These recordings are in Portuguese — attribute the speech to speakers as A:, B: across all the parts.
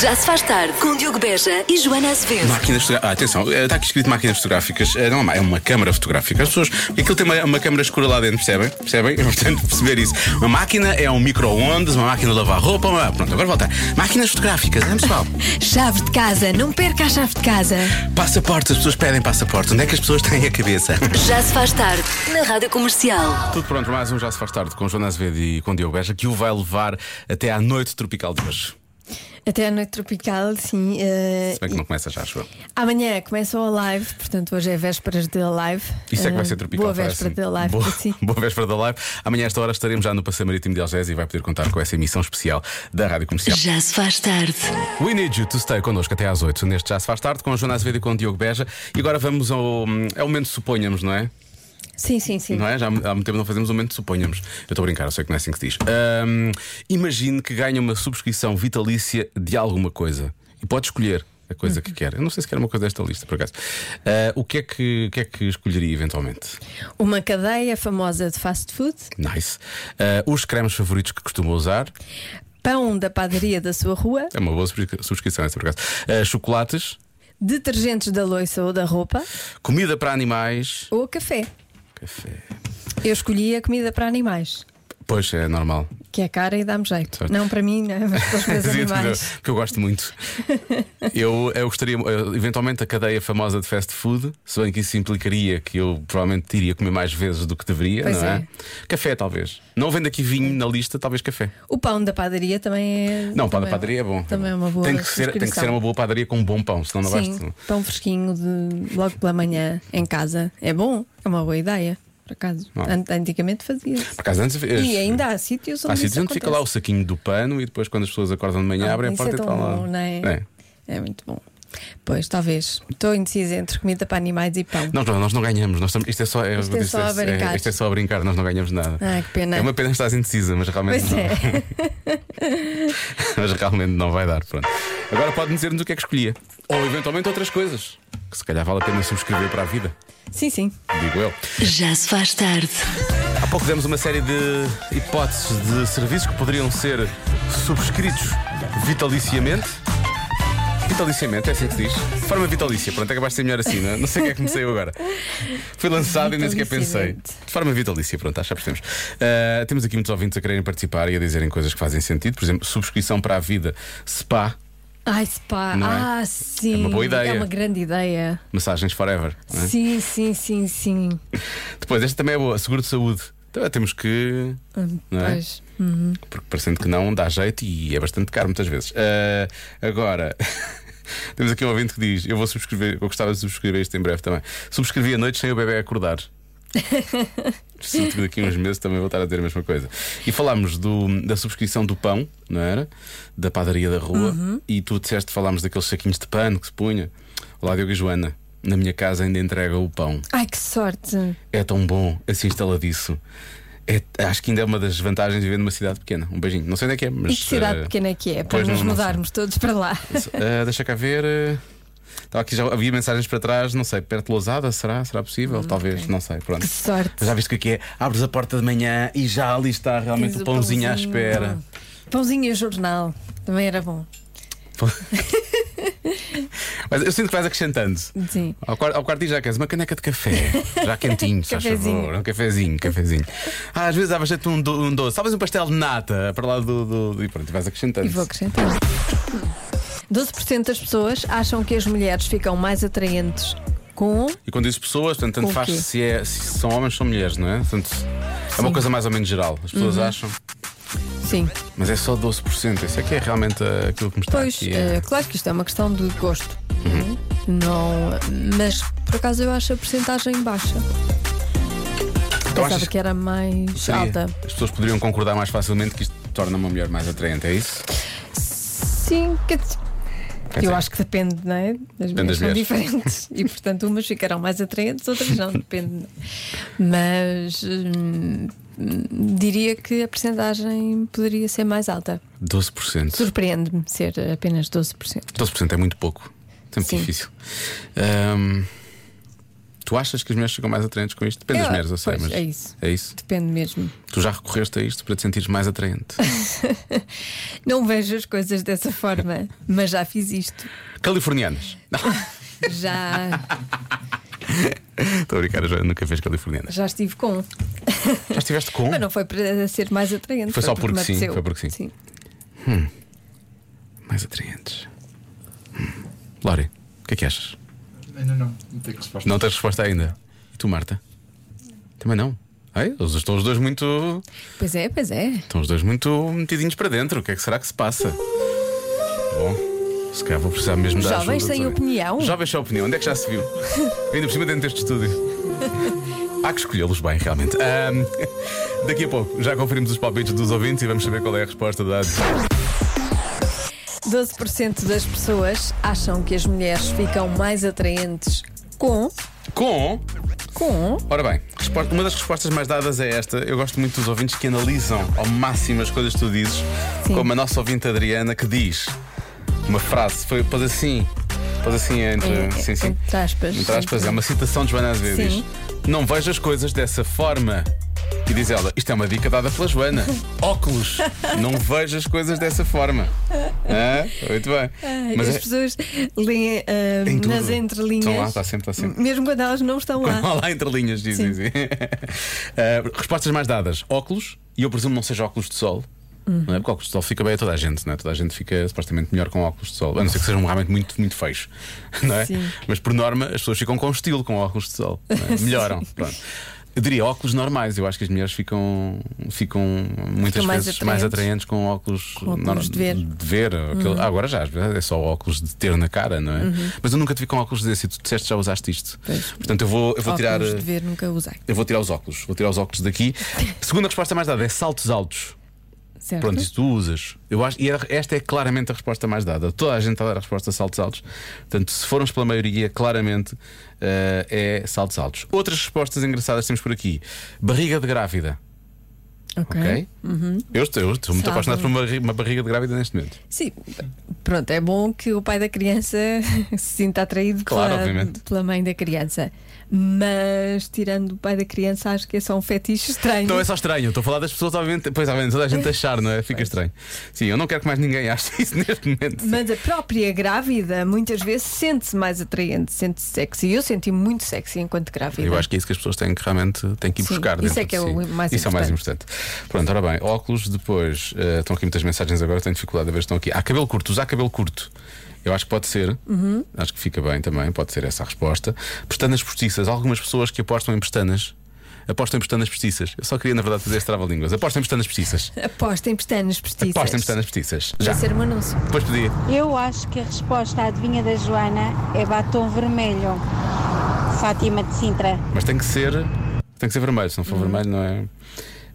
A: Já se faz tarde com Diogo Beja e Joana Azevedo.
B: Máquinas fotográficas. Ah, atenção, eh, está aqui escrito máquinas fotográficas. Eh, Não é uma- é uma câmara fotográfica. As pessoas. porque Aquilo tem uma, uma câmara escura lá dentro, percebem? Percebem? É importante perceber isso. Uma máquina é um micro-ondas, uma máquina de lavar roupa. Uma... Pronto, agora voltar. Máquinas fotográficas, é pessoal?
A: Chave de casa, não perca a chave de casa.
B: Passaportes, as pessoas pedem passaportes. Onde é que as pessoas têm a cabeça?
A: Já se faz tarde na Rádio Comercial.
B: Tudo pronto, mais um Já se faz tarde com Joana Azevedo e com Diogo Beja, que o vai levar até à noite tropical de hoje.
C: Até à noite tropical, sim. eh,
B: Se bem que não começa já, acho eu.
C: amanhã começa o live, portanto hoje é vésperas de live.
B: Isso é que vai
C: Eh,
B: ser tropical.
C: Boa véspera
B: parece-me.
C: de live
B: Boa,
C: para si.
B: boa véspera da live. Amanhã, a esta hora, estaremos já no Passeio Marítimo de Algés e vai poder contar com essa emissão especial da Rádio Comercial.
A: Já se faz tarde.
B: We need you to stay connosco até às 8. Neste já se faz tarde com a Joana Azevedo e com o Diogo Beja. E agora vamos ao. É o momento suponhamos, não é?
C: Sim, sim, sim.
B: Não é? Já há há muito tempo não fazemos o momento suponhamos. Eu estou a brincar, eu sei que não é assim que se diz. Ahm, imagine que ganha uma subscrição vitalícia de alguma coisa e pode escolher a coisa
C: Uhum.
B: que quer. Eu não sei se quer uma coisa desta lista, por acaso. Ah, o, que é que, o que é que escolheria eventualmente?
C: Uma cadeia famosa de fast food,
B: Nice. Ah, os cremes favoritos que costuma usar.
C: pão da padaria da sua rua,
B: É uma boa subscri- subscrição, essa por acaso. Ah, chocolates.
C: detergentes da loiça ou da roupa
B: Comida para animais.
C: ou café.
B: Café.
C: Eu escolhi a comida para animais,
B: Pois é, normal.
C: que é cara e dá-me jeito.
B: Certo.
C: Não para mim, não é? mas para os meus
B: Sim,
C: animais.
B: Que eu gosto muito. Eu, eu gostaria, eh, eventualmente, a cadeia famosa de fast food, se bem que isso implicaria que eu provavelmente iria comer mais vezes do que deveria,
C: Pois
B: não é?
C: é.
B: Café, talvez. Não vendo aqui vinho na lista, talvez café.
C: O pão da padaria também é.
B: Não, pão da
C: também
B: padaria é bom.
C: Também é uma boa.
B: Tem que, ser, tem que ser
C: subscrição.
B: uma boa padaria com um bom pão, senão não
C: Sim,
B: basta.
C: pão fresquinho de logo pela manhã em casa é bom, é uma boa ideia, por acaso.
B: Não.
C: Ant- Antigamente fazia-se.
B: Por acaso, antes.
C: E ainda há sítios onde.
B: Há
C: isso
B: sítios onde fica lá o
C: acontece.
B: saquinho do pano e depois, quando as pessoas acordam de manhã,
C: Ah,
B: abrem a
C: isso
B: porta
C: é
B: e está
C: tão
B: lá.
C: bom, não é?
B: É.
C: É muito bom. Pois, talvez. Estou indecisa entre comida para animais e pão.
B: Nós, não- nós não ganhamos, nós estamos, isto é só,
C: Isto é só a brincar.
B: isto é só a brincar, nós não ganhamos nada.
C: Ah, que pena.
B: É uma pena estar indecisa, mas realmente,
C: Pois
B: não,
C: é.
B: mas realmente não vai dar. Pronto. Agora pode dizer-nos o que é que escolhia. Ou eventualmente outras coisas, que se calhar vale a pena subscrever para a vida,
C: Sim, sim.
B: digo eu.
A: Já se faz tarde.
B: Há pouco demos uma série de hipóteses de serviços que poderiam ser subscritos vitaliciamente. Vitaliciamente, é assim que se diz. De forma vitalícia, pronto, é capaz de ser melhor assim, não, é? não sei o que é que comecei agora. Foi lançado e nem sequer pensei.
C: Vitaliciamente.
B: De forma vitalícia, pronto, acho que percebemos. Ah, temos aqui muitos ouvintes a quererem participar e a dizerem coisas que fazem sentido, por exemplo, subscrição para a vida, spa,
C: Ai, spa.
B: Não é?
C: Ah, sim.
B: É uma boa ideia.
C: É uma grande ideia.
B: massagens forever. não é?
C: Sim, sim, sim, sim.
B: Depois, esta também é boa, seguro de saúde. Então, temos que
C: Hum,
B: Não é?
C: Pois.
B: Porque parecendo que não, dá jeito e é bastante caro muitas vezes. Ah, agora. Temos aqui um ouvinte que diz: Eu vou subscrever, eu gostava de subscrever isto em breve também. Subscrevi a noite sem o bebê acordar. Sinto que daqui a uns meses também vou estar a dizer a mesma coisa. E falámos do- da subscrição do pão, não era? Da padaria da rua. E tu disseste: falámos daqueles saquinhos de pano que se punha. Olá, Diogo e Joana. Na minha casa ainda entrega o pão.
C: Ai, que sorte.
B: É tão bom assim instaladiço. É, acho que ainda é uma das vantagens de viver numa cidade pequena. Um beijinho. Não sei onde é que é, mas.
C: E que cidade
B: eh,
C: pequena que é, para
B: pois não-
C: nos
B: não sei.
C: mudarmos todos para lá.
B: eh, deixa cá ver. eh, Estava aqui, já havia mensagens para trás, não sei, perto de Lousada, será? Será possível? Talvez, não sei. Pronto.
C: Hum, Que sorte.
B: Já viste o que é que é? Abres a porta de manhã e já ali está realmente
C: Tens
B: o
C: o
B: pãozinho, à
C: pãozinho.
B: espera.
C: Pãozinho e jornal também era bom.
B: Mas eu sinto que vais acrescentando.
C: Sim.
B: Ao quarto, ao quarto dia já queres uma caneca de café, já quentinho, se faz
C: Cafezinho.
B: favor. Um cafezinho, cafezinho. Ah, às vezes dava jeito um, do- um doce, talvez um pastel de nata para lá do. do- e pronto, vais acrescentando.
C: E vou acrescentar. 12% das pessoas acham que as mulheres ficam mais atraentes com. um?
B: E quando diz pessoas, portanto, tanto
C: Com o
B: faz
C: quê?
B: se, é, se são homens ou são mulheres, não é? Portanto, é uma coisa mais ou menos geral. As pessoas
C: Uhum.
B: acham,
C: Sim.
B: mas é só 12%. Isso é que é realmente ah, aquilo que me está
C: Pois,
B: aqui. Uhum.
C: eh, claro que isto é uma questão de gosto. Não, mas por acaso eu acho a porcentagem baixa.
B: então,
C: Pensava
B: achas
C: que era mais
B: seria-
C: alta.
B: As pessoas poderiam concordar mais facilmente que isto torna uma mulher mais atraente, é isso?
C: Sim, quer dizer,
B: Quer dizer,
C: eu acho que depende, não é?
B: das
C: As mulheres são
B: mulheres.
C: diferentes e, portanto, umas ficarão mais atraentes, outras não, depende. é? Mas hum, diria que a percentagem poderia ser mais alta.
B: 12%.
C: Surpreende-me ser apenas 12%.
B: 12% é muito pouco. Sempre
C: Sim.
B: difícil. Ahm, tu Tu achas que as mulheres ficam mais atraentes com isto? Depende
C: Eu-
B: das mulheres, eu sei,
C: pois,
B: mas.
C: é isso.
B: É isso.
C: Depende mesmo.
B: Tu já recorreste a isto para te sentires mais atraente.
C: Não vejo as coisas dessa forma, mas já fiz isto.
B: Californianas.
C: Já,
B: Estou a brincar, eu já nunca fez californianas.
C: já estive com. um.
B: Já estiveste com?
C: Mas não foi para ser mais atraente.
B: Foi só porque
C: me
B: sim,
C: apeteceu.
B: foi porque sim. Mais atraentes. Hum. Lori, o que é que achas?
D: Ainda não, não tenho resposta.
B: Não tens resposta ainda. E tu, Marta? Também não. Ai, eles estão os dois muito.
C: Pois é, pois é.
B: Estão os dois muito metidinhos para dentro. O que é que será que se passa? Bom, se calhar vou precisar mesmo da ajuda.
C: Jovens sem
B: Zé.
C: opinião.
B: Jovens sem opinião. Onde é que já se viu? Ainda por cima dentro deste estúdio. Há que escolhê-los bem, realmente. Ahm, daqui a pouco já conferimos os palpites dos ouvintes e vamos saber qual é a resposta da.
C: 12% das pessoas acham que as mulheres ficam mais atraentes com.
B: Com.
C: com.
B: Ora bem, respo- uma das respostas mais dadas é esta. Eu gosto muito dos ouvintes que analisam ao máximo as coisas que tu dizes,
C: Sim.
B: como a nossa ouvinte Adriana que diz uma frase, foi pôs assim, pôs assim entre.
C: É,
B: sim, sim.
C: Entre aspas.
B: Entre aspas, é uma citação de Joana Azevedo.
C: Sim.
B: Diz, Não vejo as coisas dessa forma. E diz ela, isto é uma dica dada pela Joana. Óculos. Não vejo as coisas dessa forma. Hã? muito bem.
C: Ai,
B: Mas
C: as
B: é-
C: pessoas leem ah,
B: Em tudo.
C: nas entrelinhas.
B: Estão lá, tá. está sempre, está sempre.
C: Mesmo quando elas não estão lá.
B: Lá entre linhas, diz,
C: Sim.
B: diz. Ah, respostas mais dadas: óculos, e eu presumo não seja óculos de sol.
C: Hum.
B: Não é? Porque óculos de sol fica bem a toda a gente, não é? Toda a gente fica supostamente melhor com óculos de sol, a não ser que sejam realmente muito, muito feios, não é?
C: Sim.
B: Mas por norma as pessoas ficam com um estilo com óculos de sol, não é? melhoram. Pronto. Eu diria óculos normais, eu acho que as mulheres ficam, ficam muitas
C: mais
B: vezes mais
C: atraentes.
B: atraentes com óculos,
C: óculos
B: nor-
C: de ver.
B: de ver, aquele-
C: Uhum.
B: ah, agora já, às vezes é só óculos de ter na cara, não é? Mas eu nunca te vi com óculos desse e tu disseste que já usaste isto.
C: Pois.
B: Portanto, eu vou, eu vou tirar. ah,
C: Óculos de ver nunca usei.
B: Eu vou tirar os óculos, vou tirar os óculos daqui. A segunda resposta mais dada é saltos altos.
C: Certo?
B: Pronto, isso tu usas. Eu acho, e era- esta é claramente a resposta mais dada. Toda a gente está a dar a resposta a saltos altos. Portanto, se formos pela maioria, claramente eh, é saltos altos. Outras respostas engraçadas temos por aqui: barriga de grávida.
C: Ok. Uhum.
B: Ok? Eu estou, eu estou muito
C: Sabe.
B: apaixonado por uma, barri- uma barriga de grávida neste momento.
C: Sim, pronto, é bom que o pai da criança se sinta atraído
B: Claro,
C: pela,
B: obviamente.
C: pela mãe da criança. Mas tirando o pai da criança, acho que é só um fetiche estranho.
B: Não é só estranho, estou a falar das pessoas, obviamente. Pois, obviamente, toda a gente achar, não é? Fica estranho. Sim, eu não quero que mais ninguém ache isso neste momento.
C: Mas a própria grávida muitas vezes sente-se mais atraente, sente-se sexy. Eu senti muito sexy enquanto grávida.
B: Eu acho que é isso que as pessoas têm que realmente têm que ir
C: Sim,
B: buscar.
C: isso
B: dentro
C: é que é
B: de si.
C: o mais
B: Isso é o mais importante. Pronto, ora bem, óculos, depois eh, estão aqui muitas mensagens agora, tenho dificuldade a ver se estão aqui. Há cabelo curto, usar cabelo curto. Eu acho que pode ser,
C: Uhum.
B: acho que fica bem também, pode ser essa a resposta. Pestanas postiças, Há algumas pessoas que apostam em pestanas. Apostam em pestanas postiças. Eu só queria, na verdade, fazer este trava-línguas. Apostam em pestanas postiças.
C: Aposta em pestanas postiças.
B: Apostam em pestanas postiças. Já.
C: Vai ser um anúncio.
B: Depois podia.
E: Eu acho que a resposta à adivinha da Joana é batom vermelho. Fátima de Sintra.
B: Mas tem que ser. Tem que ser vermelho, se não
C: Uhum.
B: for vermelho, não é?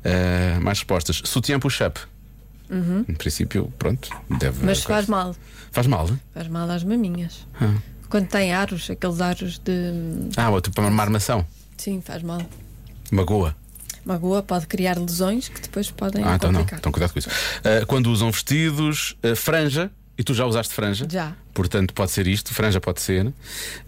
B: Eh, mais respostas. Sutiã push-up. Em princípio, pronto, deve
C: Uhum. Mas faz mal.
B: Faz mal?
C: Faz mal às maminhas. Quando tem aros, aqueles aros de.
B: Ah, ou tipo uma armação.
C: Sim, faz mal.
B: Magoa.
C: Magoa pode criar lesões que depois podem
B: Ah, então não.
C: complicar.
B: Então cuidado com isso. Ah, quando usam vestidos, ah, franja. E tu já usaste franja?
C: Já.
B: Portanto, pode ser isto. Franja pode ser.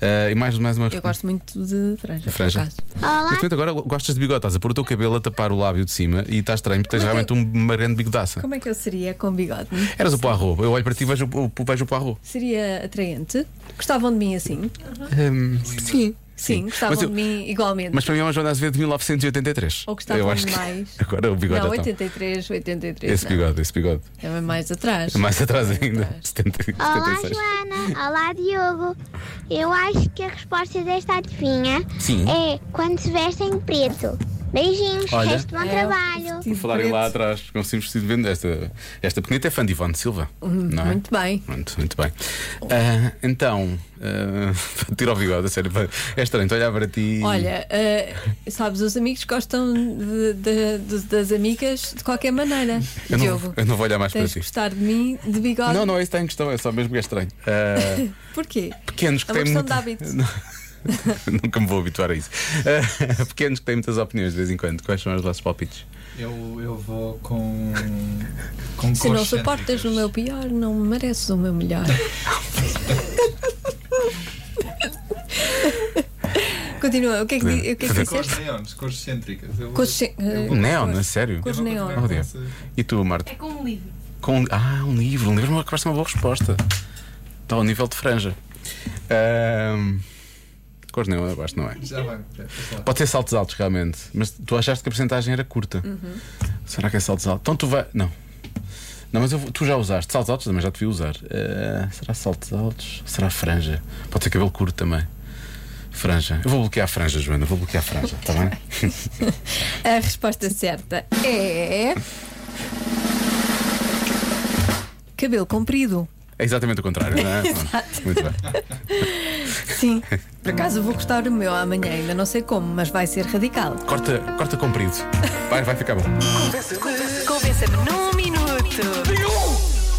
B: Ah, e mais, mais uma
C: Eu gosto muito de franja. por
B: Franja.
C: acaso.
B: Neste momento agora gostas de bigode. Estás a pôr o teu cabelo a tapar o lábio de cima e estás estranho porque tens realmente um- uma grande bigodaça.
C: é Como é que eu seria com bigode?
B: Eras o Poirot. Eu olho para ti e vejo, o- o- vejo o Poirot.
C: Seria atraente? Gostavam de mim assim?
B: Hum,
C: Sim. Sim, gostavam
B: Mas eu-
C: de mim igualmente.
B: Mas para mim é uma Joana Azevedo de 1983.
C: Ou gostavam
B: Eu acho
C: de
B: que-
C: mais.
B: Agora o bigode
C: Não,
B: é tão-
C: 83, 83.
B: Esse
C: não.
B: bigode, esse bigode.
C: É mais atrás.
B: Mais atrás
C: Mais
B: ainda.
C: atrás.
B: 70,
F: Olá,
B: 76.
F: Joana. Olá, Diogo. Eu acho que a resposta desta adivinha
B: Sim.
F: é quando se vestem de preto. Beijinhos,
B: Olha.
F: resto de bom
C: É,
F: trabalho.
B: Por
C: vestido
B: falarem lá
C: preto.
B: atrás, porque é um simples vestido de venda. Esta, esta pequenita é fã de Ivone Silva. não é?
C: Hum, Muito bem.
B: Muito, muito bem. Ah, então, ah, tira o bigode, a sério. É estranho olhar para ti.
C: Olha, eh, sabes, os amigos gostam de- de- de- das amigas de qualquer maneira.
B: eu não,
C: Diogo,
B: eu não vou olhar mais para
C: tens de
B: ti.
C: gostar de mim, de bigode.
B: Não, não é isso que está em questão, é só mesmo que é estranho. Ah,
C: Porquê?
B: pequenos que
C: É uma
B: têm
C: questão
B: muito...
C: de hábito.
B: Não, Nunca me vou habituar a isso. Ah, pequenos que têm muitas opiniões de vez em quando. Quais são os vossos palpites?
D: Eu, eu vou com. com
C: Se não
D: cores
C: suportas o
D: cêntricas.
C: meu pior, não mereces o meu melhor. Continua, o que é que, di- o que, é que
D: Cores
C: disseste? eh,
D: neons, cores cêntricas. Eu vou-
C: Cores sem-
D: eu vou-
B: Neon, a sério?
C: Cores
D: eu vou
C: neon.
D: continuar com
B: Oh,
D: essa-
B: E tu, Marta?
G: É com um livro.
B: Com, ah, um livro. Um livro é uma- parece uma boa resposta. Está ao nível de franja. Ahm, Cores neon abaixo, não é?
D: Já vai, espera, vamos lá.
B: Pode ser saltos altos, realmente. Mas tu achaste que a porcentagem era curta.
C: Uhum.
B: Será que é saltos altos? Então tu vai. Não. Não, mas eu vou- tu já usaste. Saltos altos também já devia usar. Eh, será saltos altos? Será franja? Pode ser cabelo curto também. Franja. Eu vou bloquear a franja, Joana. Vou bloquear a franja, está bem?
C: A resposta certa é. Cabelo comprido.
B: É exatamente o contrário, não é? Pronto. Muito bem.
C: Sim. Por acaso eu vou cortar o meu amanhã, ainda não sei como, mas vai ser radical.
B: Corta, corta comprido. Vai, vai ficar bom.
A: Convença-me num minuto.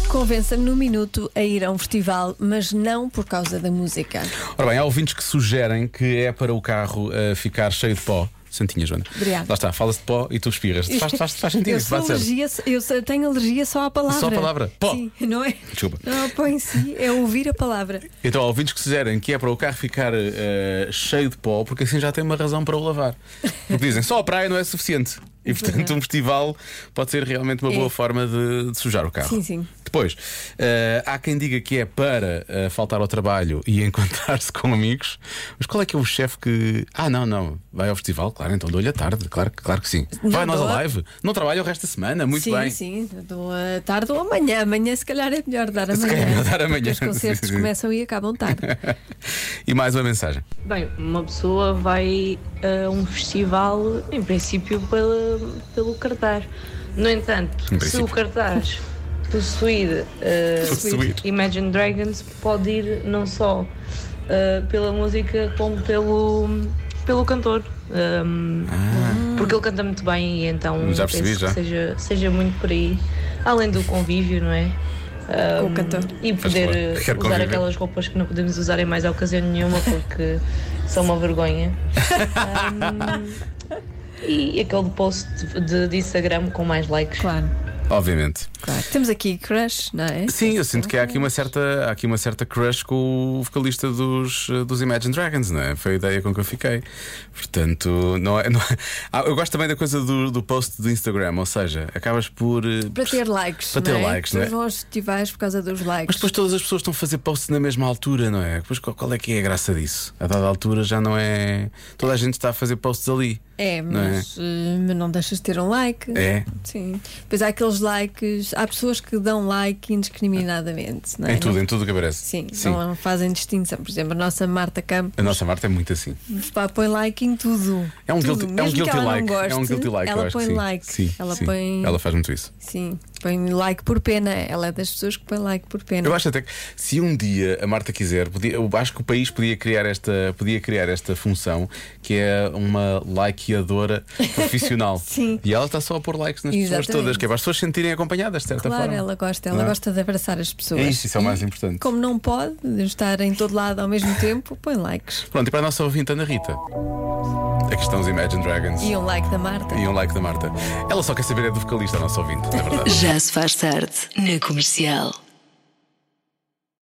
C: Convença-me num minuto a ir a um festival, mas não por causa da música.
B: Ora bem, há ouvintes que sugerem que é para o carro eh, ficar cheio de pó. Santinha, Joana.
C: Obrigada.
B: Lá está, fala-se de pó e tu espirras. Faz, faz, faz sentido.
C: eu,
B: isso
C: sou
B: bate certo.
C: alergia, eu sou- tenho alergia só à palavra.
B: Só à palavra. Pó.
C: Sim, não é?
B: Desculpa.
C: Não, pó em si, é ouvir a palavra.
B: Então, há ouvintes que sugerem que é para o carro ficar eh, cheio de pó, porque assim já tem uma razão para o lavar. Porque dizem, só a praia não é suficiente. E portanto, um festival pode ser realmente uma
C: É.
B: boa forma de, de sujar o carro.
C: Sim, sim.
B: Depois, eh, há quem diga que é para eh, faltar ao trabalho e encontrar-se com amigos, mas qual é que é o chefe que. Ah, não, não, vai ao festival, claro, então dou-lhe à tarde, claro, que- claro que sim.
C: Não
B: vai nós
C: dou
B: a
C: a-
B: live, não trabalha o resto da semana, muito
C: sim,
B: bem.
C: sim, dou a tarde ou amanhã. Amanhã, se calhar, é melhor dar amanhã.
B: Se calhar é melhor dar
C: porque
B: amanhã.
C: Os concertos
B: Sim, sim.
C: começam e acabam tarde.
B: e mais uma mensagem.
H: Bem, uma pessoa vai a um festival, em princípio, pela, pelo cartaz. No
B: Em
H: entanto, se
B: princípio.
H: o cartaz possuir eh,
B: Possuir.
H: Imagine Dragons, pode ir não só eh, pela música, como pelo, pelo cantor. Ehm, Porque ele canta muito bem e então
B: Ah. Já percebi,
H: penso
B: já.
H: que seja, seja muito por aí. Além do convívio, não é?
C: Com o
H: Ehm,
C: cantor.
H: E
B: Mas
H: poder
B: claro,
H: eh,
B: quero
H: usar
B: conviver.
H: aquelas roupas que não podemos usar em mais ocasião nenhuma porque são uma vergonha. Ahm, e aquele post de, de Instagram com mais likes.
C: Claro,
B: Obviamente.
C: claro. Temos aqui crush, não é?
B: Sim, eu sinto que há aqui uma certa, há aqui uma certa crush com o vocalista dos, eh, dos Imagine Dragons, não é? Foi a ideia com que eu fiquei. Portanto, não é. não é- Ah, eu gosto também da coisa do, do post do Instagram, ou seja, acabas por. eh,
C: Para ter likes.
B: Para ter
C: não é?
B: likes, não é?
C: Depois vão aos festivais por causa dos likes.
B: Mas depois todas as pessoas estão a fazer posts na mesma altura, não é? Depois qual, qual é que é a graça disso? A dada altura já não é. Toda a gente está a fazer posts ali.
C: É,
B: Não é?
C: mas eh, mas não, deixas de ter um like.
B: É?
C: Sim. Pois há aqueles likes. Há pessoas que dão like indiscriminadamente, não é?
B: Em tudo, em tudo o que aparece.
C: Sim, não é um fazem distinção. Por exemplo, a nossa Marta Campos
B: A nossa Marta é muito assim.
C: pá, põe like em tudo.
B: É um
C: Tudo.
B: guilty, é um
C: Mesmo que
B: guilty
C: ela não
B: like. é um
C: goste,
B: guilty like, eu
C: Ela
B: acho
C: põe
B: que sim.
C: like.
B: Sim,
C: ela
B: sim.
C: põe.
B: ela faz muito isso.
C: Sim, põe like por pena. Ela é das pessoas que põe like por pena.
B: Eu acho até que se um dia a Marta quiser, podia- eu acho que o país podia criar esta, podia criar esta função que é uma likeadora profissional.
C: Sim.
B: E ela está só a pôr likes nas
C: Exatamente.
B: pessoas todas, que é para as pessoas se sentirem acompanhadas, de certa
C: Claro,
B: forma.
C: ela gosta, ela
B: tá Não é?
C: gosta de abraçar as pessoas.
B: É isso, isso é o mais importante.
C: Como não pode estar em todo lado ao mesmo tempo, põe likes.
B: Pronto, e para a nossa ouvinte Ana Rita. Aqui estão os Imagine Dragons.
C: E um like da Marta.
B: E um like da Marta. Ela só quer saber é do vocalista, a nossa ouvinte, na é verdade.
A: Já se faz tarde na comercial.